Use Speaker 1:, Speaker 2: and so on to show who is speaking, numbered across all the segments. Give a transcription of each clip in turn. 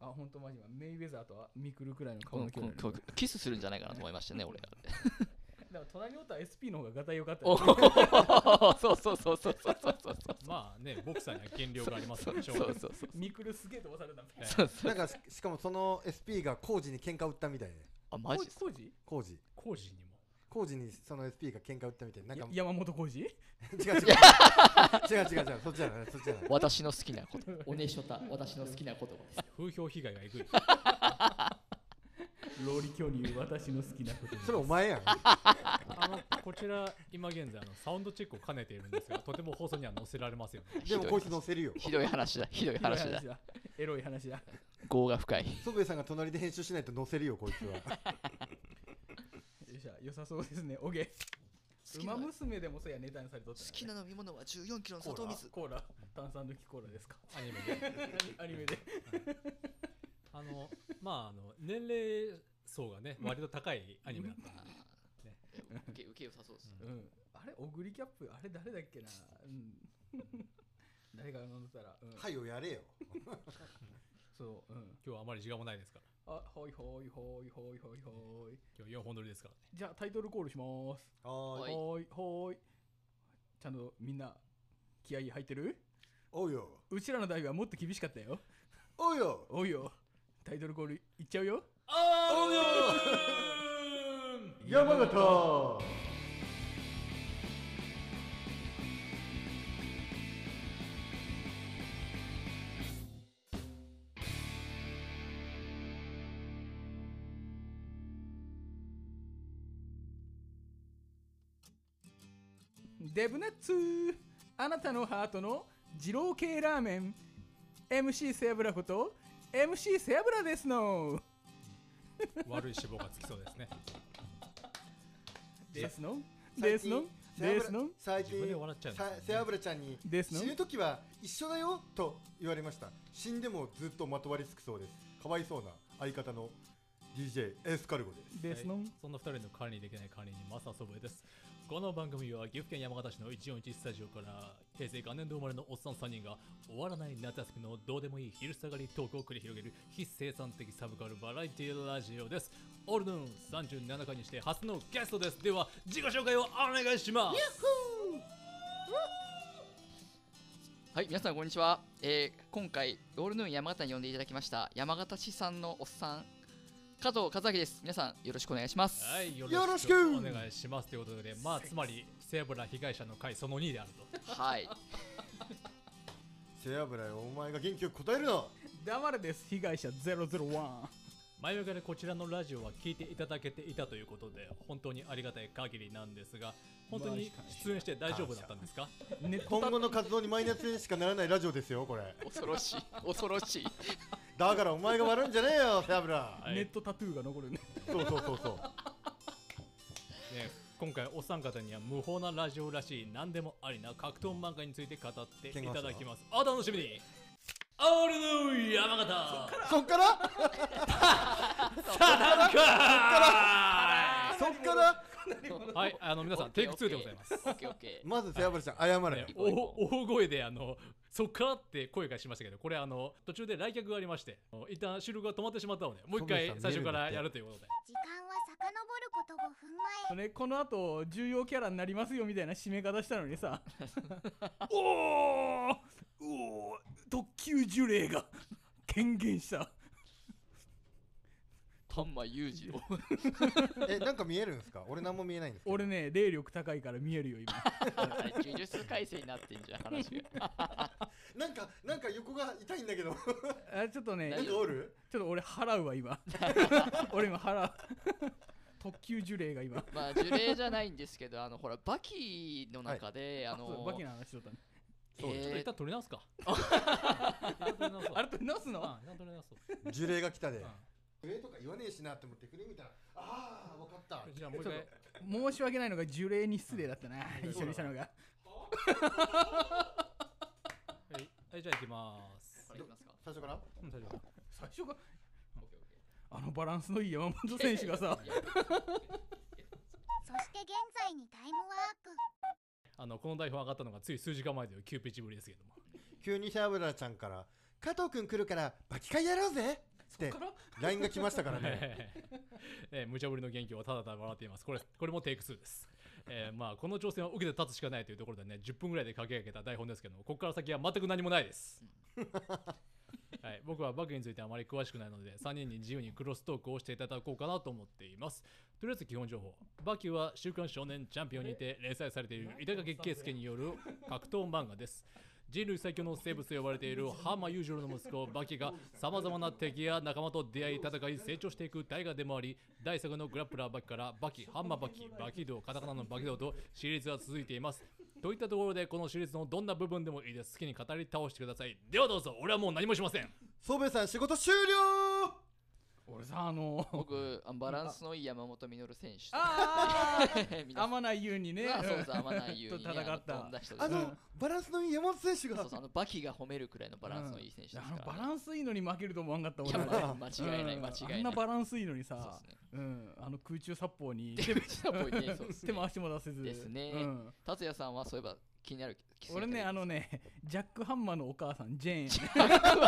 Speaker 1: あ本当マジメイウェザーとはミクルくらいの
Speaker 2: こ
Speaker 1: 顔
Speaker 2: の
Speaker 1: の距離
Speaker 2: このこのキスするんじゃないかなと思いましたね、俺。
Speaker 1: でも隣におった SP の方がガタイ良かったよ
Speaker 2: おお、そうそうそうそうそうそうそうそう
Speaker 3: まあね、ボクサーには減量がありますか
Speaker 2: そ
Speaker 3: ら
Speaker 2: うそ
Speaker 3: しょ
Speaker 2: う
Speaker 3: うがない
Speaker 2: そうそう。
Speaker 1: ミクルすげえ飛ばされたみたいな
Speaker 3: ええ
Speaker 4: なんかししかもその SP がコージに喧嘩売ったみたいで
Speaker 2: あ、マジっすか
Speaker 1: 浩二
Speaker 4: コージ
Speaker 3: コージにも。
Speaker 4: コージにその SP が喧嘩売ったみたいでなんか
Speaker 1: や山本浩二
Speaker 4: 違う違う違う違う違う違うそっちじゃないそっちじゃない
Speaker 2: 私の好きなこと。
Speaker 5: おねしょた、私の好きな言葉です。
Speaker 3: 風評被害がえぐい。
Speaker 1: ローリ巨乳私の好きな こと
Speaker 4: それお前やん
Speaker 3: あのこちら、今現在あの、サウンドチェックを兼ねているんですが、とても放送には載せられません。
Speaker 4: でもこいつ乗せるよ
Speaker 2: ひどい話だ、ひどい
Speaker 1: 広い
Speaker 2: 話だ。
Speaker 1: エロい話だ
Speaker 2: 業が深い。
Speaker 4: 祖父江さんが隣で編集しないと乗せるよこいつは
Speaker 1: よっしゃ良さそうですねオゲウマ娘でもそうやネタにされとったよね
Speaker 5: な飲み物は14キロの
Speaker 1: コーラコーラ炭酸抜きコーラですか
Speaker 3: アニメで。
Speaker 1: アニメで
Speaker 3: あの、まあ、あの、年齢層がね、割と高いアニメだった。
Speaker 2: 受け受け良さそうです。
Speaker 1: うんあれオグリキャップあれ誰だっけなうん 誰が飲んでたら、うん、
Speaker 4: はいをやれよ
Speaker 1: そううん
Speaker 3: 今日はあまり時間もないですから。
Speaker 1: あほいほいほいほいほいほい
Speaker 3: 今日4本撮りですからね。
Speaker 1: じゃあタイトルコールします
Speaker 4: は
Speaker 2: は
Speaker 4: ーい
Speaker 2: い
Speaker 1: ほいほいちゃんとみんな気合い入ってる
Speaker 4: おうよ
Speaker 1: うちらの代はもっと厳しかったよ
Speaker 4: おうよ
Speaker 1: おいよタイトルコールいっちゃうよ
Speaker 4: 山形
Speaker 1: デブナッツーあなたのハートの二郎系ラーメン MC 背脂こと MC 背脂ですの
Speaker 3: 悪い脂肪がつきそうですね。
Speaker 1: ですのですのですの
Speaker 4: 最
Speaker 3: 自分で
Speaker 4: 近
Speaker 3: 笑っちゃうんですよね
Speaker 4: さ背脂ちゃんに
Speaker 1: ですの
Speaker 4: 死ぬ時は一緒だよと言われました死んでもずっとまとわりつくそうですかわいそうな相方の DJ エスカルゴです
Speaker 1: ですの
Speaker 3: はいそんな2人の管理できない管理人マサソブエですこの番組は岐阜県山形市の141スタジオから平成元年度生まれのおっさん3人が終わらない夏休みのどうでもいい昼下がりトークを繰り広げる非生産的サブカルバラエティラジオですオールドゥーン37回にして初のゲストですでは自己紹介をお願いします
Speaker 2: はい、皆さんこんにちは。えー、今回、オールヌーン山形に呼んでいただきました、山形市産のおっさん、加藤和明です。皆さん、よろしくお願いします。
Speaker 3: はいよ
Speaker 4: よ
Speaker 3: ろ
Speaker 4: ろ
Speaker 3: し
Speaker 4: し
Speaker 3: く
Speaker 4: く
Speaker 3: お願いしますということでまあつまりセブラ被害者の会その2であると
Speaker 2: はい。
Speaker 4: 背脂よお前が元気よく答えるな
Speaker 1: 黙れです被害者001
Speaker 3: 前々からこちらのラジオは聞いていただけていたということで本当にありがたい限りなんですが本当に出演して大丈夫だったんですか
Speaker 1: ネット
Speaker 4: 今後の活動にマイナスにしかならないラジオですよこれ
Speaker 2: 恐ろしい、恐ろしい。
Speaker 4: だからお前が悪いんじゃねえよ背脂
Speaker 3: はい
Speaker 1: ネッ
Speaker 3: ね、
Speaker 1: トタトゥーが残るね
Speaker 4: そうそうそうそう
Speaker 3: 今回お三方には無法なラジオらしい何でもありな格闘漫画について語っていただきますお楽しみにオールドゥ山形
Speaker 4: そっから
Speaker 3: サタンカ
Speaker 4: そっから
Speaker 3: ーはいあの皆さんテイク2でございます
Speaker 2: オッケーオッケー。
Speaker 4: まず背脂ちゃん謝れよ
Speaker 3: ねお 大声であのそっからって声がしましたけどこれあの途中で来客がありまして一旦収録が止まってしまったのでもう一回
Speaker 4: そんな人
Speaker 3: 最初か
Speaker 4: 見
Speaker 3: ら
Speaker 4: れるんだって
Speaker 3: やるということで
Speaker 6: 時間は遡ること5分
Speaker 1: ね
Speaker 6: 前
Speaker 1: この後重要キャラになりますよみたいな締め方したのに さおおおお特急呪霊が 権限した
Speaker 2: 丹間裕次郎。
Speaker 4: えなんか見えるんですか俺何も見えないんですけど
Speaker 1: 俺ね霊力高いから見えるよ 今
Speaker 2: 呪術改正になってんじゃん、話が。
Speaker 4: なんかなんか横が痛いんだけど
Speaker 1: あちょっとね
Speaker 4: なんかおる
Speaker 1: ちょっと俺払うわ 今俺今払う 特急呪霊が今
Speaker 2: まあ、呪霊じゃないんですけど、あの、ほら、バキの中で、あ
Speaker 1: そ
Speaker 2: の
Speaker 1: うバキの話しとったね
Speaker 3: そうちょっと
Speaker 2: え
Speaker 3: 一
Speaker 2: ー
Speaker 3: 旦取り直すかあ
Speaker 1: あれ取り直すの
Speaker 3: あ一旦取り直そう
Speaker 4: 呪霊が来たで
Speaker 3: ん
Speaker 4: 呪霊とか言わねえしなって思って振り見たらああ分かった
Speaker 3: じゃあもう一回
Speaker 1: 申し訳ないのが呪霊に失礼だった な一緒にしたのが
Speaker 3: はいはいじゃあ行きます
Speaker 2: これいきますか
Speaker 4: 最初か
Speaker 3: う
Speaker 4: ら
Speaker 3: ん大丈夫
Speaker 1: 最初が
Speaker 2: オッケーオッケ
Speaker 1: あのバランスのいい山本選手がさ
Speaker 6: そして現在にタイムワーク
Speaker 3: あのこの台本上がったのがつい数時間前という急ピッチぶりですけども
Speaker 4: 急に背脂ちゃんから加藤くん来るからバキ会やろうぜて
Speaker 1: から
Speaker 4: LINE が来ましたか らね
Speaker 3: えー無茶ぶりの元気をただただ笑っています。これこれもテイク2です。えーまあ、この挑戦は受けて立つしかないというところでね、10分ぐらいで書き上げた台本ですけども、ここから先は全く何もない です。はい、僕はバグについてあまり詳しくないので、3人に自由にクロストークをしていただこうかなと思っています。とりあえず基本情報。バキューは週刊少年チャンピオンにて連載されている板垣圭介による格闘漫画です。人類最強の生物と呼ばれているハーマーユージョルの息子バキがさまざまな敵や仲間と出会い戦い成長していく大河でもあり大作のグラップラーバキからバキハンマーバキバキ道カタカナのバキ道とシリーズは続いていますといったところでこのシリーズのどんな部分でもいいです好きに語り倒してくださいではどうぞ俺はもう何もしません
Speaker 4: 宗兵衛さん仕事終了
Speaker 1: 俺さあの
Speaker 2: 僕、あバランスのいい山本実選手。
Speaker 1: ああ
Speaker 2: みんな
Speaker 1: 天まないにね
Speaker 2: あそうそう、天内優に、ね、
Speaker 1: と戦った
Speaker 2: あの飛んだ人です
Speaker 4: あ
Speaker 2: ね。
Speaker 1: う
Speaker 4: の
Speaker 1: ん
Speaker 4: バランスのいい山本選手
Speaker 2: そう
Speaker 4: が
Speaker 2: そう、あのバキが褒めるくらいのバランスのいい選手です
Speaker 1: あ
Speaker 2: から、
Speaker 1: の
Speaker 2: ね。
Speaker 1: バランスいいのに負けると思わんかった
Speaker 2: い
Speaker 1: 俺
Speaker 2: や、
Speaker 1: は
Speaker 2: まあ間違いない、
Speaker 1: うん
Speaker 2: 間違いない。
Speaker 1: あんなバランスいいのに
Speaker 2: そう
Speaker 1: さ
Speaker 2: ですね。
Speaker 1: うんあの空中殺法に
Speaker 2: 手口だっぽいね、そうです
Speaker 1: 手
Speaker 2: ね
Speaker 1: も。足も出せず
Speaker 2: ですね
Speaker 1: うん
Speaker 2: 達也さんはそういえば気になる気
Speaker 1: 俺ねあのねジャックハンマーのお母さんジェーン やね
Speaker 2: ハン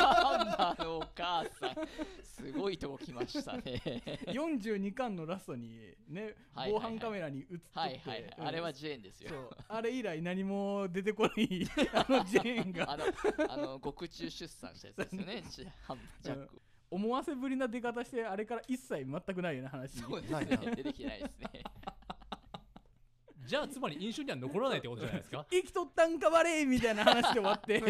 Speaker 2: マーのお母さん、すごいとこ来ましたね。
Speaker 1: 42巻のラストにね
Speaker 2: はいはいはい
Speaker 1: 防犯カメラに映ってて
Speaker 2: はいはいはい、
Speaker 1: うん
Speaker 2: あれはジェーンですよ
Speaker 1: そ。うあれ以来何も出てこないあのジェーンが
Speaker 2: あの、あの、獄中出産したやつですよね、ジハンジャック。
Speaker 1: 思わせぶりな出方してあれから一切全くないよね話
Speaker 2: そうです
Speaker 4: ない
Speaker 2: ね
Speaker 4: な、
Speaker 2: 出てきてないですね。
Speaker 3: じゃあつまり印象には残らないってことじゃないですか
Speaker 1: 生きとったんかバレーみたいな話で終わって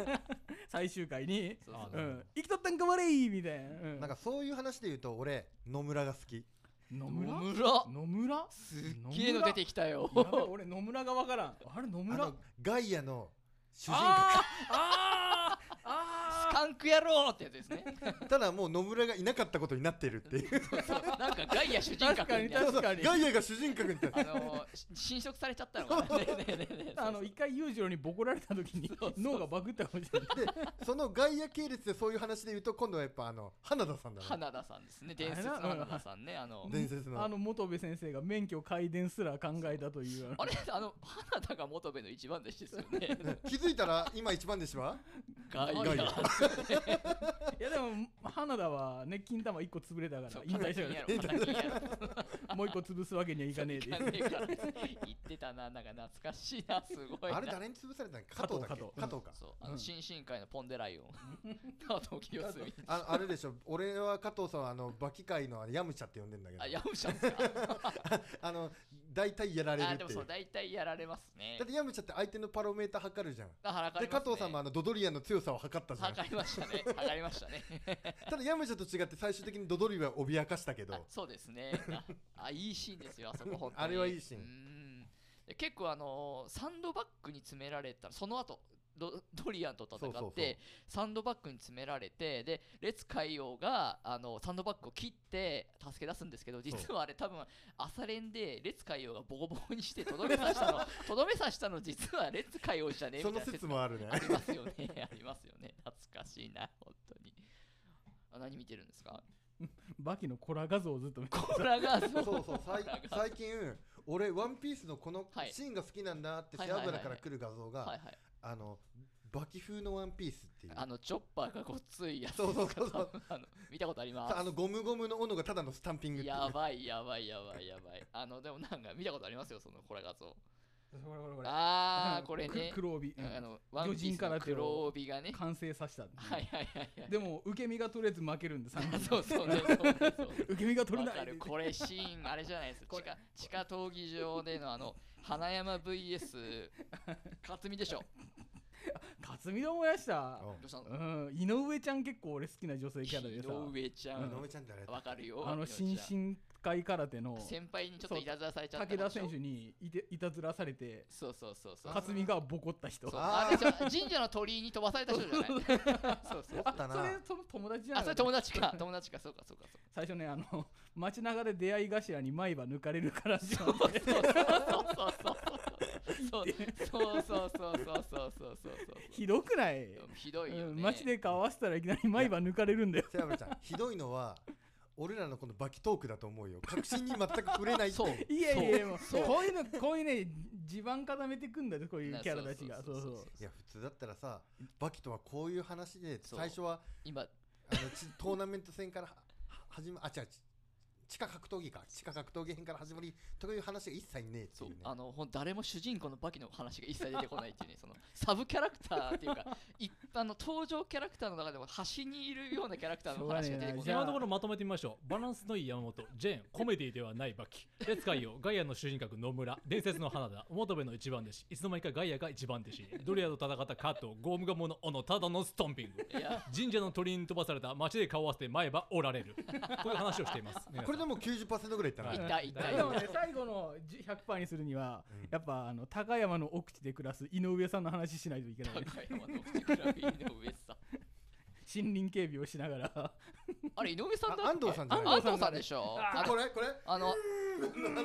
Speaker 1: 最終回に、
Speaker 2: そうそう
Speaker 3: あ
Speaker 1: う
Speaker 3: なるほ
Speaker 1: ん、生きとったんかバレーみたいな,、うん、
Speaker 4: なんかそういう話で言うと俺野村が好き
Speaker 1: 野村
Speaker 2: 野村
Speaker 1: 野村
Speaker 2: すっげえの出てきたよ。
Speaker 1: やべ俺野村がわからんあれ野
Speaker 4: あ
Speaker 1: 村
Speaker 4: のガイアの主人
Speaker 1: ああー
Speaker 2: ス
Speaker 1: あ
Speaker 2: カンク野郎ってやつですね。
Speaker 4: 公ただもう野村がいなかったことになってるっていう
Speaker 2: そうそうなんかガイア主人
Speaker 1: 確
Speaker 2: 格
Speaker 1: かに
Speaker 2: みたいな。
Speaker 1: 確かに
Speaker 4: ガイアが主人格みた
Speaker 2: あ
Speaker 4: いな
Speaker 2: のー、し侵食されちゃったの かな。ねえねえねえねえ
Speaker 1: あの一回裕次郎にボコられた時に
Speaker 2: そうそう
Speaker 1: 脳がバグったかもしれない
Speaker 4: そのガイア系列でそういう話で言うと今度はやっぱあの花田さんだね
Speaker 2: 花田さんですね。伝説の花田さんね。あの、
Speaker 4: 伝説の
Speaker 1: あの元部先生が免許改伝すら考えたという
Speaker 2: あれあの、花田が元部の一番弟子ですよ ね。
Speaker 4: 気づいたら今一番弟子は
Speaker 2: ガイア。
Speaker 4: ガイア
Speaker 1: いやでも花田はね金玉1個潰れたから
Speaker 2: そう
Speaker 1: 引退したか
Speaker 2: やろ、敵やろ。
Speaker 1: らもう1個潰すわけにはいかねえで
Speaker 2: 行かねえから言ってたな、なんか懐かしいな、すごいな。
Speaker 4: あれ誰に潰されたの加藤だっけ
Speaker 1: 加藤
Speaker 4: 加藤か
Speaker 2: そう、あの、
Speaker 1: うん
Speaker 2: 新進会のポンデラ イオン。加藤清澄。
Speaker 4: ああれでしょ俺は加藤さんはあのバキ界のあれヤムチャって呼んでんだけど
Speaker 2: あ、ヤムシャですか。
Speaker 4: あの大体やられる
Speaker 2: あ、
Speaker 4: っ
Speaker 2: でも
Speaker 4: ていう
Speaker 2: そう、大体やられますね
Speaker 4: だっ。てヤムチャって相手のパロメーター測るじゃん
Speaker 2: あはらか
Speaker 4: で
Speaker 2: りま
Speaker 4: 加
Speaker 2: すね
Speaker 4: 藤さんもあのドドリアンの強さを測ったじゃん
Speaker 2: 測りましたね。測りましたね。
Speaker 4: ただヤムチャと違って最終的にドドリアンを脅かしたけど
Speaker 2: あそうですね。あ、あいいシーンですよ、あそ こ、本当に。
Speaker 4: あれはいいシーン
Speaker 2: ン。で結構、あのーサンドバッグに詰められた、その後、ドドリアンと戦って
Speaker 4: そうそうそう
Speaker 2: サンドバッグに詰められて、で、列海王が、あのサンドバッグを切って、助け出すんですけど、実はあれ、多分朝練で、列海王がボコボコにして、とどめさした の、とどめさしたの、実は列海王じゃねえみた
Speaker 4: そ
Speaker 2: いな
Speaker 4: の
Speaker 2: 説
Speaker 4: 説
Speaker 2: も
Speaker 4: もあ るね
Speaker 2: ありますよ ね、ありますよね。懐かしいな、本当に。あ何見てるんですか
Speaker 1: バキのコラ画像をずっと見て
Speaker 2: コラガー
Speaker 4: そう
Speaker 2: ズを
Speaker 4: そう最最近俺ワンピースのこの
Speaker 2: はい
Speaker 4: シーンが好きなんだって
Speaker 2: はい
Speaker 4: 背
Speaker 2: はいはい
Speaker 4: 脂から来る画像
Speaker 2: は
Speaker 4: が
Speaker 2: いはい。
Speaker 4: あのバキ風のワンピースっていう
Speaker 2: あの、チョッパーがごっついやつ。
Speaker 4: そうそうそうそう
Speaker 2: あの見たことあります。
Speaker 4: あのゴムゴムの斧がただのスタンピングっていう
Speaker 2: やばいやばいやばいやばい。あの、でもなんか見たことありますよ、そのコラ画像。
Speaker 1: これこれこれ
Speaker 2: あー、これね
Speaker 1: く。黒帯、うん
Speaker 2: あの、ワンピース
Speaker 1: 魚人空
Speaker 2: の
Speaker 1: 手を
Speaker 2: 黒帯がね。
Speaker 1: 完成させたっていう
Speaker 2: はいはいはいはい。
Speaker 1: でも受け身が取れず負けるんで3人
Speaker 2: そうそうね。そうねそうね
Speaker 1: 受け身が取れ
Speaker 2: わ
Speaker 1: な
Speaker 2: か
Speaker 1: い
Speaker 2: るこれシーンあれじゃないですか地下地下闘技場でのあの花山 VS 勝美でしょ
Speaker 1: 勝美で思い出した
Speaker 4: うん
Speaker 2: どうしたの
Speaker 1: うん井上ちゃん結構俺好きな女性キャラでさ
Speaker 2: 井上ちゃ
Speaker 1: うん
Speaker 4: 井上ちゃんってあれ
Speaker 2: わかるよ
Speaker 1: あの
Speaker 2: 井上
Speaker 1: 新
Speaker 2: ちゃん
Speaker 1: 進会空手の
Speaker 2: 先輩にちょっといたずらされちゃった
Speaker 1: 武田
Speaker 2: でしょ
Speaker 1: 選手にいていたずらされて
Speaker 2: そうそうそうそう
Speaker 1: 勝美がボコった人
Speaker 2: そう
Speaker 1: あ
Speaker 2: あれじゃ神社の鳥居に飛ばされた人じゃないそうそう
Speaker 4: あった
Speaker 1: それ
Speaker 4: な
Speaker 1: その友達じゃな
Speaker 2: あ
Speaker 1: い
Speaker 2: それ友達か友達かそうかそうかそうか
Speaker 1: 最初ねあの 街中で出会い頭に毎晩抜かれるからって
Speaker 2: そうそうそうそうそうそうそうそうそうそうそうそうそうそうそうそうそうそうそうそう
Speaker 1: ひどくない、
Speaker 2: ひどいよ
Speaker 1: うん
Speaker 2: ね
Speaker 1: 街で顔合わせたらいきなり毎晩抜かれるんだよ
Speaker 4: 背脂ちゃんひどいのは俺らのこのバキトークだと思うよ確信に全く触れないって
Speaker 2: そう
Speaker 4: いう
Speaker 1: いやいやいやもう
Speaker 2: そう
Speaker 1: こういうのこういうね地盤固めてくんだよこういうキャラたちが
Speaker 2: そ
Speaker 1: そうう
Speaker 2: そ
Speaker 1: そうう
Speaker 2: そうそう
Speaker 4: いや普通だったらさバキとはこういう話で
Speaker 2: そう
Speaker 4: 最初は
Speaker 2: 今
Speaker 4: あのち トーナメント戦からは始まあ違うち地下格闘技か地下格闘技編から始まりという話が一切ねえって
Speaker 2: そ
Speaker 4: いううね
Speaker 2: あのほん誰も主人公のバキの話が一切出てこないっていうねそのサブキャラクターっていうか一般の登場キャラクターの中でも端にいるようなキャラクターの話が出てこ
Speaker 1: じゃ
Speaker 2: な
Speaker 1: あ
Speaker 3: 今
Speaker 2: い
Speaker 3: のところまとめてみましょう。バランスのいい山本、ジェーン、コメディではないバキ、レツカイオ、ガイアの主人格野村、伝説の花田、元部の一番弟子、いつの間にかガイアが一番弟子、ドリアと戦った加藤、ゴムがもの斧、ただのストンピング。
Speaker 2: いや
Speaker 3: 神社の鳥に飛ばされた街で顔を合わせて前歯折られる。こういう話をしてい ます。皆さん
Speaker 4: これでもう90%ぐらいいったな、
Speaker 3: はい
Speaker 2: 痛い痛い
Speaker 1: でもね、最後のじ100%にするには、
Speaker 4: うん
Speaker 1: やっぱあの高山の奥地で暮らす井上さんの話しないといけないね。
Speaker 2: 高山の口比べ井上さん
Speaker 1: 森林警備をしながら。
Speaker 2: あれ井上さんだっけ
Speaker 4: あ安藤さんじゃない
Speaker 2: 安藤さんでしょあの
Speaker 4: これこれ
Speaker 2: あの
Speaker 4: 安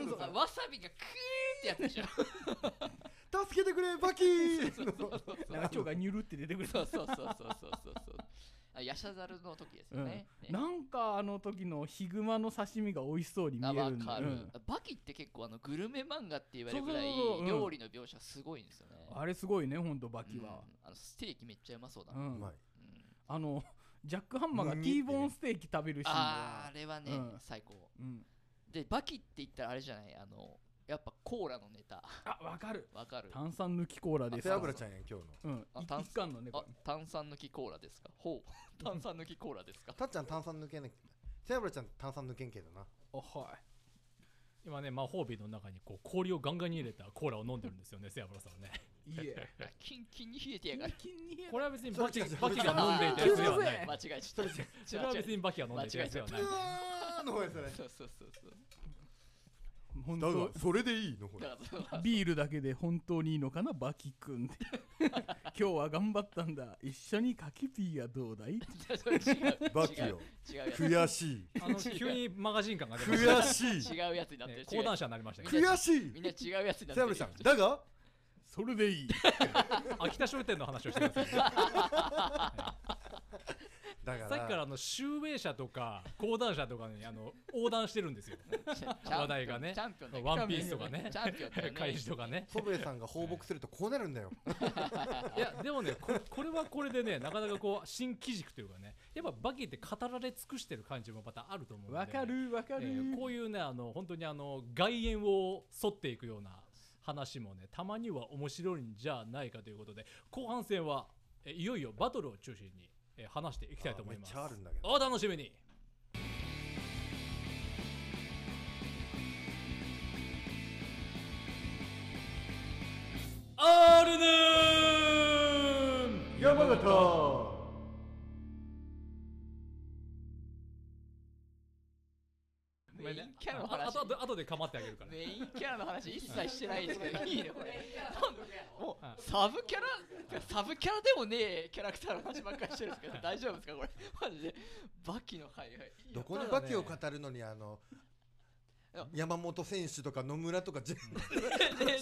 Speaker 4: 藤さん
Speaker 2: わさびがクーンってやつでしょ
Speaker 4: 助けてくれバキー
Speaker 1: なんか蝶がニュルって出てくる。
Speaker 2: そうそうそうそうそうそうそうあヤシャザルの時ですよね,、ね
Speaker 1: なんかあの時のヒグマの刺身が美味しそうに見え
Speaker 2: あ
Speaker 1: る
Speaker 2: わ
Speaker 1: んだ
Speaker 2: か
Speaker 1: う
Speaker 2: る、
Speaker 1: ん
Speaker 2: バキって結構あのグルメ漫画って言われるぐらい
Speaker 1: そうそうそううん
Speaker 2: 料理の描写すごいんですよね、
Speaker 1: あれすごいね、ほんとバキは。
Speaker 2: うんあのステーキめっちゃうまそうだ
Speaker 1: う
Speaker 2: な、うん
Speaker 4: うまい
Speaker 1: あの、ジャックハンマーが
Speaker 4: う
Speaker 1: テ
Speaker 4: ん
Speaker 1: ィーボーンステーキ食べるシーン
Speaker 2: あーあ
Speaker 1: が。
Speaker 2: れはね、
Speaker 1: うん
Speaker 2: 最高
Speaker 1: うん、
Speaker 2: でバキって言ったらあれじゃないあのやっぱコーラのネタ
Speaker 1: あ、わかる。
Speaker 2: わかる
Speaker 1: 炭酸抜きコーラです。
Speaker 4: 背脂ちゃんやん今日の
Speaker 1: うん、
Speaker 2: あ
Speaker 1: い
Speaker 2: 炭
Speaker 1: 一貫のね、
Speaker 2: あ
Speaker 1: これ
Speaker 2: 炭酸抜きコーラですかほ う炭酸抜きコーラですか
Speaker 4: たっちゃん炭酸抜けない背脂ちゃん炭酸抜けんけどな
Speaker 1: あはい。
Speaker 3: 今ね、魔法瓶の中にこう氷をガンガンに入れたコーラを飲んでるんですよね、セアブラさんはね。
Speaker 1: いいえ。
Speaker 2: あキンキンに冷えてやがる
Speaker 1: キンキンに冷えた
Speaker 3: これは別に
Speaker 4: それ
Speaker 3: バキ
Speaker 4: 違う違う
Speaker 3: バキが飲んでいたやつではな い
Speaker 2: 間。違えちゃった
Speaker 3: それは別にバキが飲んでいたやつでは
Speaker 4: う
Speaker 3: ない。
Speaker 4: ーんの方やそれ
Speaker 2: そうそうそうそう
Speaker 1: 本当
Speaker 4: それでいいのほ
Speaker 2: だからその
Speaker 1: ビールだけで本当にいいのかなバキ君って今日は頑張ったんだ一緒にカキピーがどうだい
Speaker 2: それ違う
Speaker 4: バキよ
Speaker 2: 違うやつ
Speaker 4: 悔しい
Speaker 3: あの急にマガジン感が出ました。
Speaker 4: 悔しい
Speaker 2: 違うやつになって
Speaker 3: ね
Speaker 2: る
Speaker 3: 講談
Speaker 2: 社
Speaker 3: 社になりましたけど
Speaker 4: 悔しい
Speaker 2: みんな違うやつになって
Speaker 4: 背
Speaker 2: る
Speaker 4: 脂ちゃんだが
Speaker 1: それでいい
Speaker 3: 秋田商店の話をしてく ださい、
Speaker 4: だから
Speaker 3: さっきからあの集英社とか講談社とかにあの横断してるんですよ
Speaker 2: チャンピオン
Speaker 3: 話題がね
Speaker 2: チャンピオンだよ
Speaker 3: ワンピースとか ね
Speaker 2: チャンピオンだよね
Speaker 3: 開示とかね
Speaker 4: 祖父江さんが放牧するとこうなるんだよ
Speaker 3: いやでもねここれはこれでねなかなかこう新機軸というかねやっぱバキって語られ尽くしてる感じもまたあると思うんで
Speaker 1: わかるわかる、
Speaker 3: えーこういうねあの本当にあの外縁を沿っていくような話もねたまには面白いんじゃないかということで後半戦はえいよいよバトルを中心にえ話していきたいと思います
Speaker 4: あめっちゃあるんだけど
Speaker 3: お楽しみにアルヌーン
Speaker 4: 山形
Speaker 2: メインキャラの
Speaker 3: ああ
Speaker 2: 話
Speaker 3: とあとあとで構ってあげるから
Speaker 2: メインキャラの話一切してないですけ ど、いいね、これ。も
Speaker 3: は
Speaker 2: う、サブキャラ、サブキャラでもねえキャラクターの話ばっかりしてるんですけど、大丈夫ですか、これ。マジで、バキの、はいはい。いい
Speaker 4: ど
Speaker 2: よ
Speaker 4: こにバキを語るのにあの
Speaker 2: いや
Speaker 4: 山本選手とか野村とか全部
Speaker 2: ねえねえねえね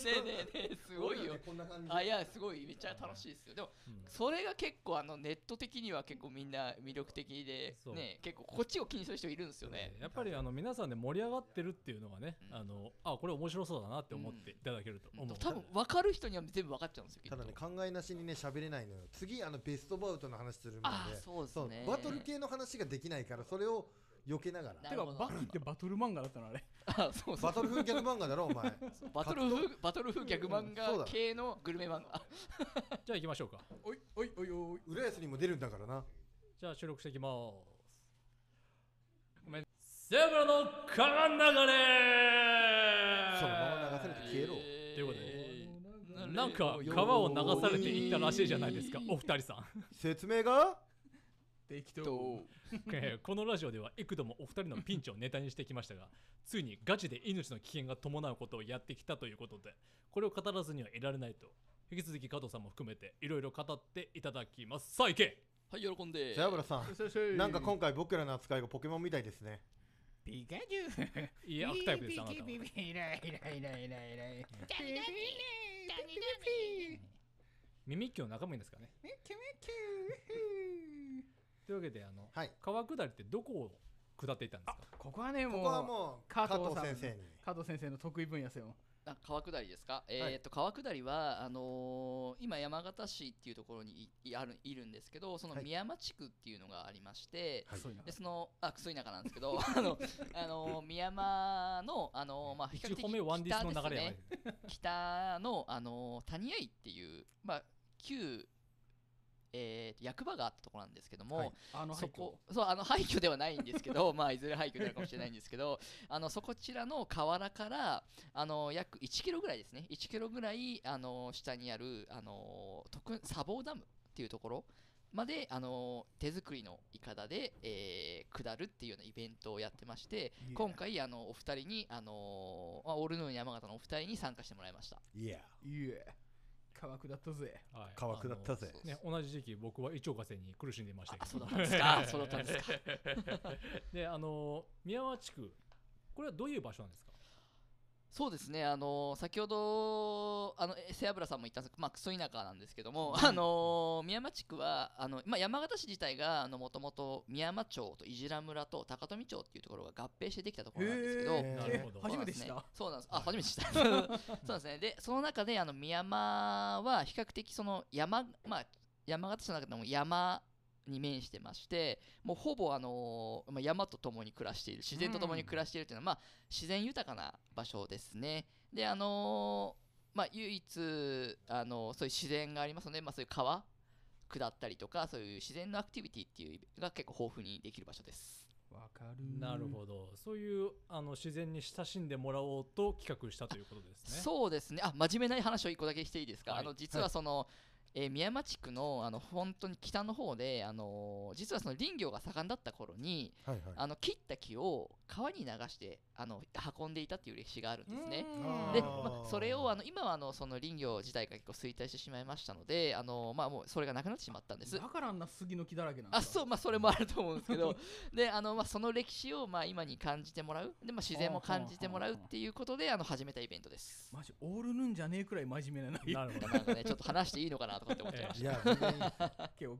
Speaker 2: え、すごいよ。
Speaker 4: こんな感じ
Speaker 2: あいやすごいめっちゃ楽しいですよでも
Speaker 3: うん
Speaker 2: それが結構あのネット的には結構みんな魅力的で
Speaker 3: そう
Speaker 2: ね結構こっちを気にする人いるんですよね
Speaker 3: やっぱりあの皆さんで盛り上がってるっていうのはね、
Speaker 2: うん
Speaker 3: あのあこれ面白そうだなって思っていただけると
Speaker 2: う
Speaker 3: 思
Speaker 2: ん
Speaker 3: う、
Speaker 2: でも多分分かる人には全部分かっちゃうんですよきったと
Speaker 4: だね考えなしにね喋れないのよ次あのベストバウトの話するもんで
Speaker 2: ああそうですね
Speaker 4: バトル系の話ができないからそれを避けながら
Speaker 2: な
Speaker 1: て
Speaker 2: る
Speaker 1: か
Speaker 2: ほど
Speaker 1: バキってバトル漫画だったのあれ
Speaker 2: あそうそう
Speaker 4: バトル風逆漫画だろお前
Speaker 2: バトル風バトル風逆漫
Speaker 4: うんそうだ
Speaker 2: 画系のグルメ漫画。
Speaker 3: じゃあ行きましょうか
Speaker 1: おいおいおいおい
Speaker 4: 浦安にも出るんだからな
Speaker 3: じゃあ収録していきますごめんセブラの川流れ
Speaker 4: そのまま流されて消えろ
Speaker 2: えー
Speaker 3: ということでなんか川を流されていったらしいじゃないですかお二人さん、
Speaker 4: 説明が
Speaker 1: 適
Speaker 2: えっ
Speaker 1: 当
Speaker 2: と
Speaker 3: えーこのラジオでは幾度もお二人のピンチをネタにしてきましたがついにガチで命の危険が伴うことをやってきたということでこれを語らずにはいられないと引き続き加藤さんも含めていろいろ語っていただきますさあ行け
Speaker 2: はい喜んで
Speaker 4: 背脂さん
Speaker 1: それそれ
Speaker 4: なんか今回僕らの扱いがポケモンみたいですね
Speaker 1: ピカチュウ
Speaker 3: いや、アクタイプです、あなたは。
Speaker 1: イライライライライライ
Speaker 3: 耳っきの中身ですかね。というわけで、あの、
Speaker 4: はい
Speaker 3: 川下りってどこを下っていったんですか
Speaker 1: ここはね
Speaker 4: ここ
Speaker 1: も
Speaker 4: は
Speaker 1: う
Speaker 4: もう加
Speaker 1: 加
Speaker 4: 藤
Speaker 1: 藤さん
Speaker 4: 先生に
Speaker 1: 加藤先生の得意分野ですよ
Speaker 2: あ川下りですか、えーっと川下りはあのー今山形市っていうところにいいあるいるんですけどその
Speaker 4: はい
Speaker 2: 宮山地区っていうのがありまして、
Speaker 4: はい
Speaker 1: そういうの
Speaker 2: でそのあクソ田舎なんですけど あの、あのー宮山の、あのーまあ、比較
Speaker 3: 1
Speaker 2: 的
Speaker 3: 本目ワンディスの
Speaker 2: 北
Speaker 3: 流
Speaker 2: で
Speaker 3: れ
Speaker 2: す
Speaker 3: や
Speaker 2: ね
Speaker 3: ない
Speaker 2: 北の、あのー谷合っていう、まあ、旧、えー役場があったところなんですけども、
Speaker 4: はい
Speaker 1: あの
Speaker 2: そ
Speaker 1: 廃墟
Speaker 2: こそうあの廃墟ではないんですけど まあいずれ廃墟になるかもしれないんですけどあのそこちらの河原からあの約1キロぐらいですね1キロぐらいあの下にあるあの徳砂防ダムっていうところまであの手作りのいかだで、えー下るっていうようなイベントをやってまして
Speaker 1: いや
Speaker 2: 今回あのお二人にあの、まあ、オールヌーン山形のお二人に参加してもらいました。
Speaker 4: いや
Speaker 1: いえ川下ったぜ
Speaker 3: はい
Speaker 4: 川下ったぜ
Speaker 2: そう
Speaker 3: あのね、同じ時期僕は胃腸活性に苦しんでいましたけ
Speaker 2: あ
Speaker 3: ど
Speaker 2: そうだったんですか そうだったんです か
Speaker 3: であの宮和地区これはどういう場所なんですか
Speaker 2: そうですね、あのー先ほどあのえ背脂さんも言ったんですまあ、クソ田舎なんですけども、あのー宮間地区はあの、まあ、山形市自体がもともと宮山町と伊地良村と高富町っていうところが合併してできたところなんですけど、
Speaker 1: へえ
Speaker 3: なるほど
Speaker 1: 初めて知っ
Speaker 2: そう
Speaker 1: た
Speaker 2: なんですねそうなんです。あ、初めて 知った。そうなんですね。で、その中で、あの、宮山は比較的、その、山、まあ、山形市の中でも山に面してまして、もうほぼ、あのーまあ、山と共に暮らしている、自然と共に暮らしているというのは、まあ、自然豊かな場所ですね。で、あのーまあ、唯一、あのーそういう自然がありますので、まあ、そういう川下ったりとか、そういう自然のアクティビティっていうのが結構豊富にできる場所です。
Speaker 1: わかる
Speaker 3: なるほどそういうあの自然に親しんでもらおうと企画したということですね
Speaker 2: そうですね。あ、真面目な話を一個だけしていいですか。
Speaker 3: はい
Speaker 2: あの実はその、えー宮山地区のあの本当に北の方で、あのー実はその林業が盛んだった頃に、
Speaker 4: はいはい
Speaker 2: あの切った木を川に流してあの運んでいたっていう歴史があるんですね。
Speaker 4: あー
Speaker 2: で、まあ、それをあの今はあのその林業自体が結構衰退してしまいましたので、あのまあもうそれがなくなってしまったんです
Speaker 1: だ。からあんな杉の木だらけなんだ
Speaker 2: あそうまあ、それもあると思うんですけどであの、まあ、その歴史を、まあ、今に感じてもらうで、まあ、自然も感じてもらうっていうことであの始めたイベントです。
Speaker 1: マジオールヌンじゃねえくらい真面目な内容
Speaker 3: なるほど
Speaker 2: なんかね、ちょっと話していいのかなとかって思っちゃいまし
Speaker 4: いや全然
Speaker 1: 今日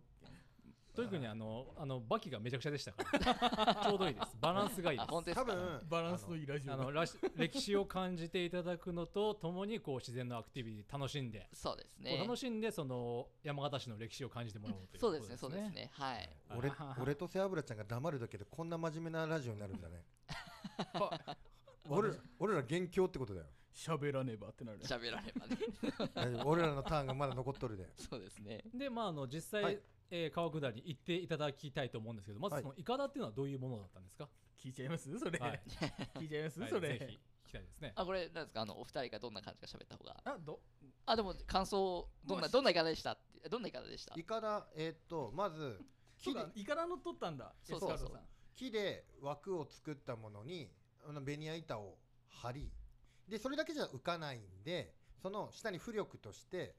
Speaker 3: 特にあのあのバキがめちゃくちゃでしたから ちょうどいいですバランスがいい
Speaker 2: た。
Speaker 3: で
Speaker 2: あ、
Speaker 3: す
Speaker 2: 本当です
Speaker 4: 多
Speaker 2: か。
Speaker 4: 分
Speaker 1: バランスのいいラジオ
Speaker 3: あ
Speaker 1: だ
Speaker 3: のらし歴史を感じていただくのとともにこう自然のアクティビティ楽しんで、
Speaker 2: そうです
Speaker 3: こう
Speaker 2: ね。
Speaker 3: 楽しんでその山形市の歴史を感じてもらおうという
Speaker 2: そ
Speaker 3: こ
Speaker 2: う
Speaker 3: と
Speaker 2: ですね、そうですね。はい。
Speaker 3: あ
Speaker 4: 俺俺と背脂ちゃんが黙るだけでこんな真面目なラジオになるんだね俺ら俺ら元凶ってことだよ
Speaker 1: 喋らねばってなる
Speaker 2: 喋らればね。
Speaker 4: 大丈夫俺らのターンがまだ残っとるで
Speaker 2: そうですね。
Speaker 3: でまああの実際、
Speaker 4: はい
Speaker 3: えー川下り行っていただきたいと思うんですけどまず
Speaker 4: はい
Speaker 3: そのイカダっていうのはどういうものだったんですか、
Speaker 1: 聞いちゃいますそれ、
Speaker 3: はい
Speaker 1: 聞いちゃいます、
Speaker 3: はい
Speaker 1: そ
Speaker 3: ぜ
Speaker 1: れ
Speaker 3: ひ聞きたいですね
Speaker 2: あ、これ、なんですか、あの、お二人がどんな感じか喋った方が。
Speaker 1: あど
Speaker 2: あ、でも、感想、どん
Speaker 1: ま
Speaker 2: な、
Speaker 1: あ
Speaker 2: どんな方でしたってどんな方でした
Speaker 4: イカダえーっとまず
Speaker 1: そ
Speaker 4: 木
Speaker 1: う
Speaker 4: で
Speaker 1: だイカラの取ったんだ
Speaker 2: そうそうそう
Speaker 1: エスカルゴさん
Speaker 4: 木で枠を作ったものにあのベニヤ板を張りでそれだけじゃ浮かないんでその下に浮力として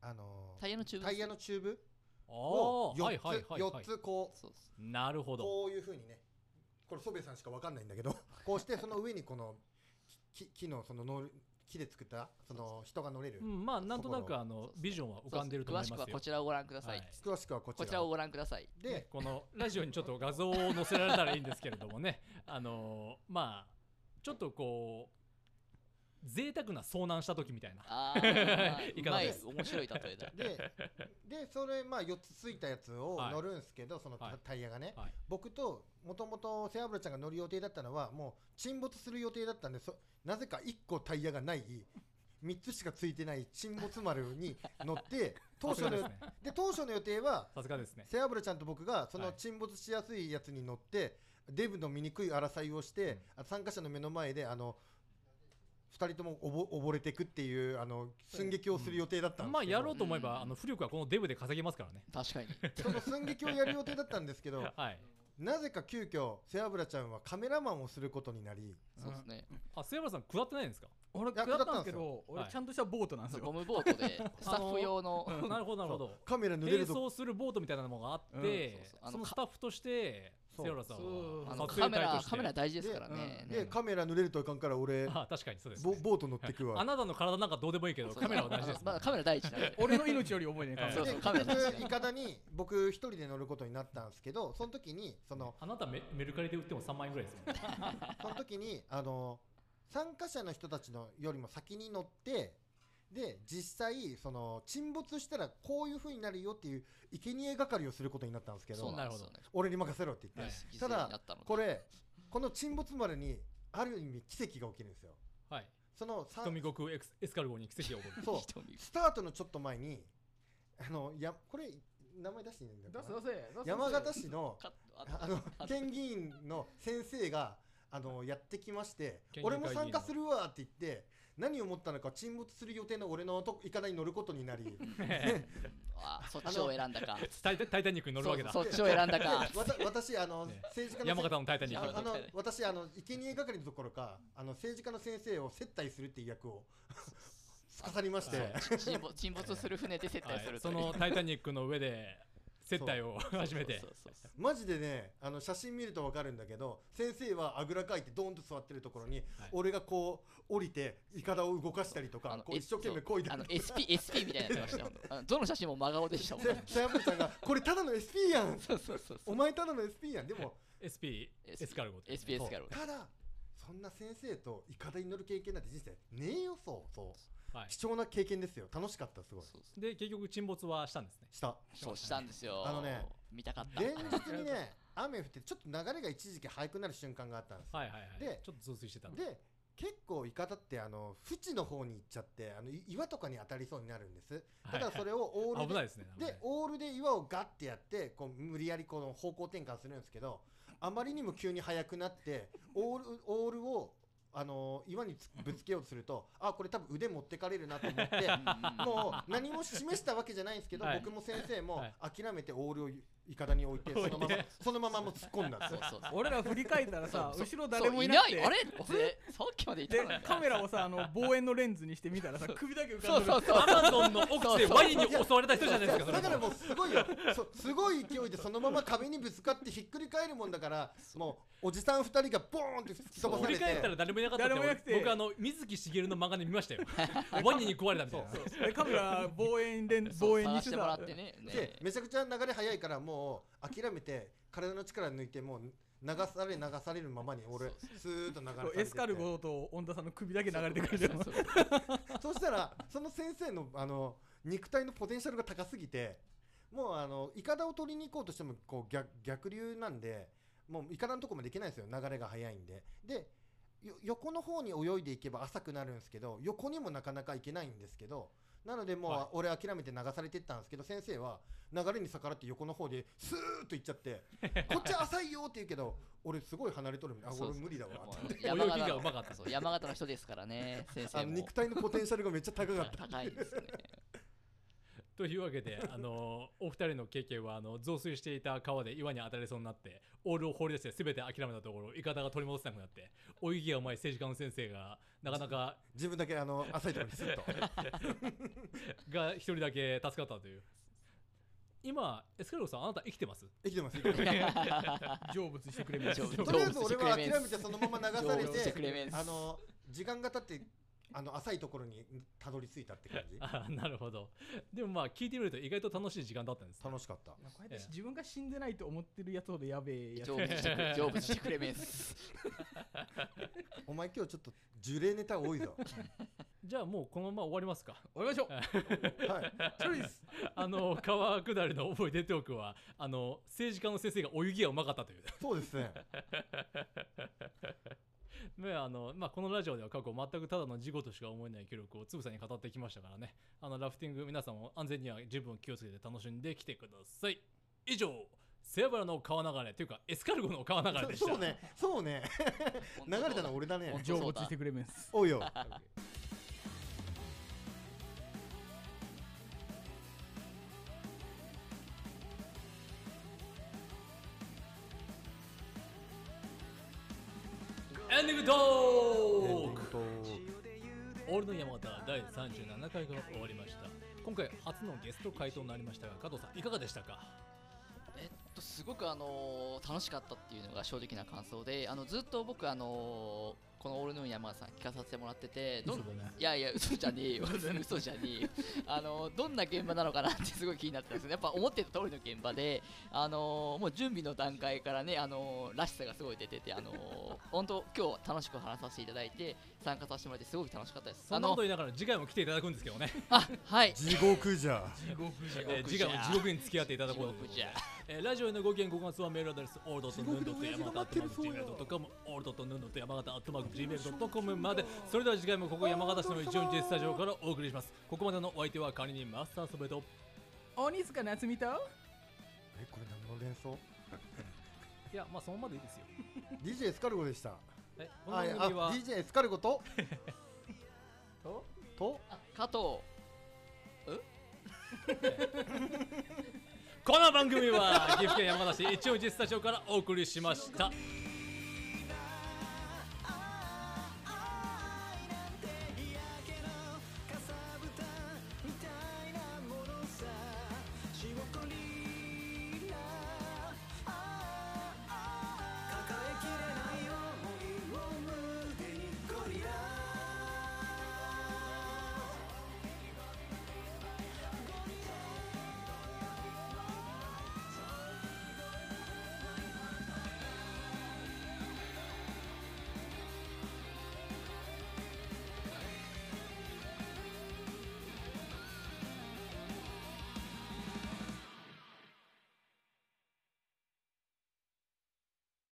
Speaker 4: あのー
Speaker 2: タイヤのチューブ
Speaker 4: タイヤのチューブ
Speaker 3: あ
Speaker 4: を
Speaker 3: ーはい
Speaker 4: 4つ,、
Speaker 3: はいはいは
Speaker 4: 4
Speaker 3: い
Speaker 4: つこう
Speaker 2: そうです。
Speaker 3: なるほど
Speaker 4: こういうふうにねこれソベさんしかわかんないんだけど こうしてその上にこの木木のその乗る木で作ったその人が乗れる
Speaker 3: うん、まあなんとな
Speaker 4: そこ
Speaker 3: く
Speaker 4: の
Speaker 3: あ
Speaker 2: そう
Speaker 3: の
Speaker 2: ですね
Speaker 3: ビジョンは浮かんでると
Speaker 2: そう
Speaker 3: 思
Speaker 2: で
Speaker 3: い
Speaker 2: す
Speaker 3: ま
Speaker 2: 詳し
Speaker 3: すよ
Speaker 2: くはこちらをご覧ください。
Speaker 4: 詳しくはこちら
Speaker 2: こちらをご覧ください。
Speaker 4: で
Speaker 3: このラジオにちょっと画像を載せられたらいいんですけれどもね あのまあちょっとこう贅沢な遭難した時みたいな
Speaker 2: ああ、
Speaker 3: いうかが
Speaker 2: まい、
Speaker 3: です
Speaker 2: 面白い例えだ。
Speaker 4: ででそれまあ4つついたやつを
Speaker 3: はい
Speaker 4: 乗るんですけど、そのタ,、
Speaker 3: はい
Speaker 4: タイヤがね、
Speaker 3: はい
Speaker 4: 僕ともともと背脂ちゃんが乗る予定だったのはもう沈没する予定だったんでそなぜか1個タイヤがない3つしかついてない沈没丸に乗って 当初
Speaker 3: さすが
Speaker 4: の
Speaker 3: で
Speaker 4: です
Speaker 3: ね
Speaker 4: 当初の予定は
Speaker 3: さすがですね
Speaker 4: 背脂ちゃんと僕がそ
Speaker 3: は
Speaker 4: の
Speaker 3: い
Speaker 4: 沈没しやすいやつに乗って、デブの醜い争いをして、あ参加者の目の前であの2人ともおぼ溺れてくっていうあの寸劇をする予定だったんですけど、
Speaker 3: まあやろうと思え
Speaker 2: うんうん
Speaker 3: ば
Speaker 2: うん
Speaker 3: あの浮力はこのデブで稼げますからね
Speaker 2: 確かに。
Speaker 4: その寸劇をやる予定だったんですけど
Speaker 3: はい
Speaker 4: なぜか急遽背脂ちゃんはカメラマンをすることになり
Speaker 2: そうですね。
Speaker 3: あ末原さん下ってないんですか
Speaker 1: 俺
Speaker 4: いや
Speaker 1: 下ったんですけ
Speaker 4: 下った
Speaker 1: ど俺
Speaker 3: はい
Speaker 1: ちゃんとしたボートなんです
Speaker 2: そう
Speaker 1: よ、
Speaker 2: ゴムボートで、スタッフ用の。
Speaker 3: なるほどなるほど
Speaker 4: カメラ濡れ
Speaker 3: 並
Speaker 4: るぞ
Speaker 3: 走するボートみたいなのがあっ
Speaker 2: う
Speaker 3: て
Speaker 2: んそうそうあの
Speaker 3: そのスタッフとして
Speaker 4: そう
Speaker 3: 末原さん
Speaker 2: あ
Speaker 3: は
Speaker 2: の
Speaker 3: 撮
Speaker 2: カ
Speaker 3: 影
Speaker 2: メ
Speaker 3: 隊と
Speaker 2: ラ、
Speaker 3: し
Speaker 2: カメラ
Speaker 3: て
Speaker 2: 大事ですからね。
Speaker 1: で
Speaker 4: でカメラ濡れるといかんから俺
Speaker 3: あ確かにそうです
Speaker 4: ボ
Speaker 3: ね
Speaker 4: ボート乗ってく
Speaker 3: あ
Speaker 4: わ
Speaker 3: なたの体なんかどうでもいいけど
Speaker 2: そう
Speaker 3: カメラは大事です
Speaker 2: まあカメラ大事なんで。
Speaker 1: 俺の命より重いね
Speaker 3: え
Speaker 1: カメ
Speaker 3: え
Speaker 2: そ
Speaker 1: ラ
Speaker 2: うそ
Speaker 4: で
Speaker 2: う
Speaker 4: 結
Speaker 2: カメラです
Speaker 4: 局いかだに僕一人で乗ることになったんですけどその時にその
Speaker 3: あなたメメルカリで売っても3万円ぐらいですよね
Speaker 4: その時にあの参加者の人たちのよりも先に乗って、で、実際、その、沈没したらこういう風になるよっていう、生贄係をすることになったんですけ
Speaker 2: そう
Speaker 4: ど、
Speaker 2: なんですよね。
Speaker 4: 俺に任せろって言
Speaker 3: は
Speaker 4: っ
Speaker 3: い
Speaker 4: て。
Speaker 2: 犠
Speaker 4: た
Speaker 2: 牲
Speaker 4: だ
Speaker 2: になったので
Speaker 4: これ、この沈没丸に、ある意味奇跡が起きるんですよ。
Speaker 3: はい。
Speaker 4: その、さ
Speaker 3: 瞳悟空エクスエスカルゴに奇跡が 起こる。
Speaker 4: そう、
Speaker 2: 瞳
Speaker 4: スタートのちょっと前に、あの、や、これ、名前出していいんだよ
Speaker 1: 出
Speaker 4: な
Speaker 1: せ出せ出せ
Speaker 4: 山形市の、
Speaker 2: カットあ
Speaker 4: あの県議員の先生があのやってきまして
Speaker 3: 県議会
Speaker 4: 俺も参加するわって言って何を思ったのか沈没する予定の俺のといかだに乗ることにな り
Speaker 2: あそっちを選んだか。
Speaker 3: タイタタイタニックに乗るわけだ。
Speaker 2: そそっちを選んだか。
Speaker 4: わた私あの、
Speaker 3: ね
Speaker 4: 政治家の
Speaker 3: 山形のタイタニック
Speaker 4: あ
Speaker 3: に
Speaker 4: あの私あの生贄係のところかあの政治家の先生を接待するっていう役を司りまして、
Speaker 3: はい
Speaker 2: 沈没沈没する船で接
Speaker 3: は
Speaker 2: 待す
Speaker 3: い
Speaker 2: る
Speaker 3: そ
Speaker 2: という
Speaker 3: のタイタニックの上で接待を 始めて
Speaker 2: そう。そうそう
Speaker 4: マジでねあの写真見ると分かるんだけど先生はあぐらかいてドーンと座ってるところに、
Speaker 3: はい
Speaker 4: 俺がこう降りていかだを動かしたりと
Speaker 2: あ
Speaker 4: か
Speaker 2: の
Speaker 4: こう一生懸命
Speaker 2: そ
Speaker 4: こ
Speaker 2: う
Speaker 4: いだ
Speaker 2: あ
Speaker 4: り
Speaker 2: の
Speaker 4: とか
Speaker 2: SP SP みたいなやつでしたよあのどの写真も真顔でしたもん
Speaker 4: で、
Speaker 2: ね
Speaker 4: ヤブちゃんが、これただの SP やん
Speaker 2: そうそうそうそ
Speaker 4: お
Speaker 2: う
Speaker 4: 前ただの SP やんでも、
Speaker 3: SP エ
Speaker 2: SP
Speaker 3: スカルゴって。
Speaker 2: SP エスカル
Speaker 4: そうただ、そんな先生とイカダに乗る経験なんて人生ねえよ、そうそう。
Speaker 3: はい
Speaker 4: 貴重な経験ですよ。楽しかった、すごい。
Speaker 2: そうそう
Speaker 3: で結局沈没はしたんですね。
Speaker 4: した。
Speaker 2: そうしたんですよ
Speaker 4: あのね
Speaker 2: 見たかった
Speaker 4: 連日にね、雨降って、ちょっと流れが一時期速くなる瞬間があったんですよ。
Speaker 3: はいはいはい。
Speaker 4: で
Speaker 3: ちょっと増水してたの。
Speaker 4: で、結構イカダって、あの、縁の方に行っちゃって、あの、い岩とかに当たりそうになるんです。ただそれをオール
Speaker 3: はい
Speaker 4: で
Speaker 3: 危ないですね。
Speaker 4: で、オールで岩をガッてやって、こう、無理やりこの方向転換するんですけど、あまりにも急に速くなって、オール、オールを、あのー岩につぶつけようとすると、あ、これ多分腕持ってかれるなと思って、もう何も示したわけじゃないんですけど、
Speaker 3: はい
Speaker 4: 僕も先生も
Speaker 3: はい
Speaker 4: 諦めてオールをいかだに置いて、そのまま
Speaker 3: 置いて、
Speaker 4: そのままもう突っ込んだんです
Speaker 2: そう
Speaker 4: よ
Speaker 2: そうそう
Speaker 1: 俺ら振り返ったらさ
Speaker 2: そうそう
Speaker 1: 後ろ誰もいな
Speaker 2: そ
Speaker 1: く
Speaker 2: う
Speaker 1: て
Speaker 2: いないあれ俺さっきまでいた
Speaker 1: で
Speaker 2: のに
Speaker 1: カメラをさあの望遠のレンズにしてみたらさ首だけ浮か
Speaker 2: そ
Speaker 1: ん
Speaker 2: う
Speaker 1: でる
Speaker 2: そうそう
Speaker 3: アマゾンの奥地でワニに襲われた人じゃないですか。それ
Speaker 4: だからもうすごいよそうすごい勢いでそのまま壁にぶつかってひっくり返るもんだからもうおじさん二人がボーンって吹き飛ばさ
Speaker 3: 振
Speaker 4: れ
Speaker 3: り
Speaker 4: て
Speaker 3: 返ったら誰もいなかった
Speaker 1: 誰もいなくて
Speaker 3: 僕あの水木しげるの漫画で見ましたよワニに食われたみたいな
Speaker 1: そうでカメラ望遠レンズ
Speaker 2: そう
Speaker 1: 望遠に
Speaker 2: 探
Speaker 1: し
Speaker 2: しててもら
Speaker 1: さ
Speaker 2: ってねね
Speaker 4: でめちゃくちゃ流れ速いからもう諦めて体の力抜いてもう流され流されるままに俺
Speaker 2: そう
Speaker 4: スーッと流れさ
Speaker 1: そう
Speaker 4: れてて
Speaker 1: エスカルゴと恩田さんの首だけ流れてくるじゃん
Speaker 2: そうそう
Speaker 4: そしたらその先生のあの肉体のポテンシャルが高すぎてもうあのイカダを取りに行こうとしてもこう逆逆流なんでもうイカダのとこまで行けないんですよ流れが速いんででよ横の方に泳いでいけば浅くなるんですけど横にもなかなか行けないんですけどなのでもう、
Speaker 3: はい
Speaker 4: 俺諦めて流されてったんですけど先生は流れに逆らって横の方でスーッと行っちゃって こっち浅いよって言うけど俺すごい離れとるみたいなあ
Speaker 2: そう
Speaker 4: 俺
Speaker 2: そう
Speaker 4: 無理だわって
Speaker 2: もう
Speaker 3: 山
Speaker 2: 山
Speaker 3: 形
Speaker 2: 形
Speaker 3: が
Speaker 2: の
Speaker 3: うまかった
Speaker 2: そう山形の人ですからね先
Speaker 4: あ
Speaker 2: 生
Speaker 4: の
Speaker 2: も
Speaker 4: 肉体のポテンシャルがめっちゃ高かった
Speaker 2: 高いですね
Speaker 3: というわけであのお二人の経験はあの増水していた川で岩に当たりそうになってオールを放り出して全て諦めたところイカダが取り戻せなくなって泳ぎがうまい政治家の先生がなかなか
Speaker 4: 自分だけあの浅いところにスッと。
Speaker 3: が一人だけ助かったという今エスカルゴさんあなた生きてます
Speaker 4: 生きてます。生きてま
Speaker 1: 成仏してくれみたいな
Speaker 2: 成仏
Speaker 4: すとりあえず俺は諦めてそのまま流され
Speaker 2: 成仏してくれ
Speaker 4: て
Speaker 2: めん、す
Speaker 4: あの時間が経ってあの浅いところにたどり着いたって感じ。
Speaker 3: あなるほどでもまあ聞いてみると意外と楽しい時間だったんですね
Speaker 4: 楽しかった。
Speaker 1: まあこうやって自分が死んでないと思ってるやつほどやべえやつ
Speaker 2: 成仏してくれ成仏してくれめんす
Speaker 4: お前今日ちょっと呪霊ネタ多いぞ。
Speaker 3: じゃあもうこのまま終わりますか
Speaker 1: 終わりましょう
Speaker 4: はい。
Speaker 1: それです
Speaker 3: あの川下りの覚え出トークはあの政治家の先生が泳ぎがうまかったという
Speaker 4: そうですね。
Speaker 3: ねあのまあ、このラジオでは過去全くただの事故としか思えない記録をつぶさに語ってきましたからねあのラフティング皆さんも安全には十分気をつけて楽しんできてください以上背脂の川流れというかエスカルゴの川流れでした
Speaker 4: そうね。そうね。 流れたのは俺だね
Speaker 2: 本。
Speaker 1: 成
Speaker 2: 当そう
Speaker 1: 仏
Speaker 2: だ
Speaker 1: してくれめんす
Speaker 4: おいよ。
Speaker 3: エンディングトーク
Speaker 4: えっと
Speaker 3: オールの山形第37回が終わりました今回初のゲスト回答になりましたが加藤さんいかがでしたか
Speaker 2: えっと、すごく、あのー楽しかったっていうのが正直な感想であのずっと僕、あのーこの俺の山田さん聞かさせてもらっててどん
Speaker 3: そうだね
Speaker 2: いやいや嘘じゃねえよ 嘘じゃねえよあのどんな現場なのかなって すごい気になってたんですよねやっぱ思ってた通りの現場であのもう準備の段階からねあのらしさがすごい出ててあの本当今日は楽しく話させていただいて参加させてもらってすごく楽しかったです
Speaker 3: そ
Speaker 2: あ
Speaker 3: んなこと
Speaker 2: の
Speaker 3: 言いながら次回も来ていただくんですけどね、
Speaker 2: あはい
Speaker 4: 地獄じゃ。
Speaker 1: 地獄じ
Speaker 3: えー次回も地獄に付き合っていただ
Speaker 2: 地
Speaker 3: こうと
Speaker 2: 獄じゃ
Speaker 3: えーラジオへのご意見ご感想はメールアドレスオールドとヌンドと山形アットマーク Gmail.com オールドとヌンドと山形アットマーク Gmail.com までそれでは次回もここ山形市の一応日スタジオからお送りしますここまでのお相手は管理人マスターソベと
Speaker 1: 鬼塚夏美と
Speaker 4: え、これ何の連想
Speaker 3: いやまあそのまでいいですよ
Speaker 4: ?DJ エスカルゴでした。
Speaker 3: えこの
Speaker 4: あい
Speaker 3: 番
Speaker 4: やあ
Speaker 3: 組は
Speaker 4: DJ エスカルゴととと
Speaker 2: 加藤
Speaker 3: この番組は岐阜県山形市一応日スタジオからお送りしました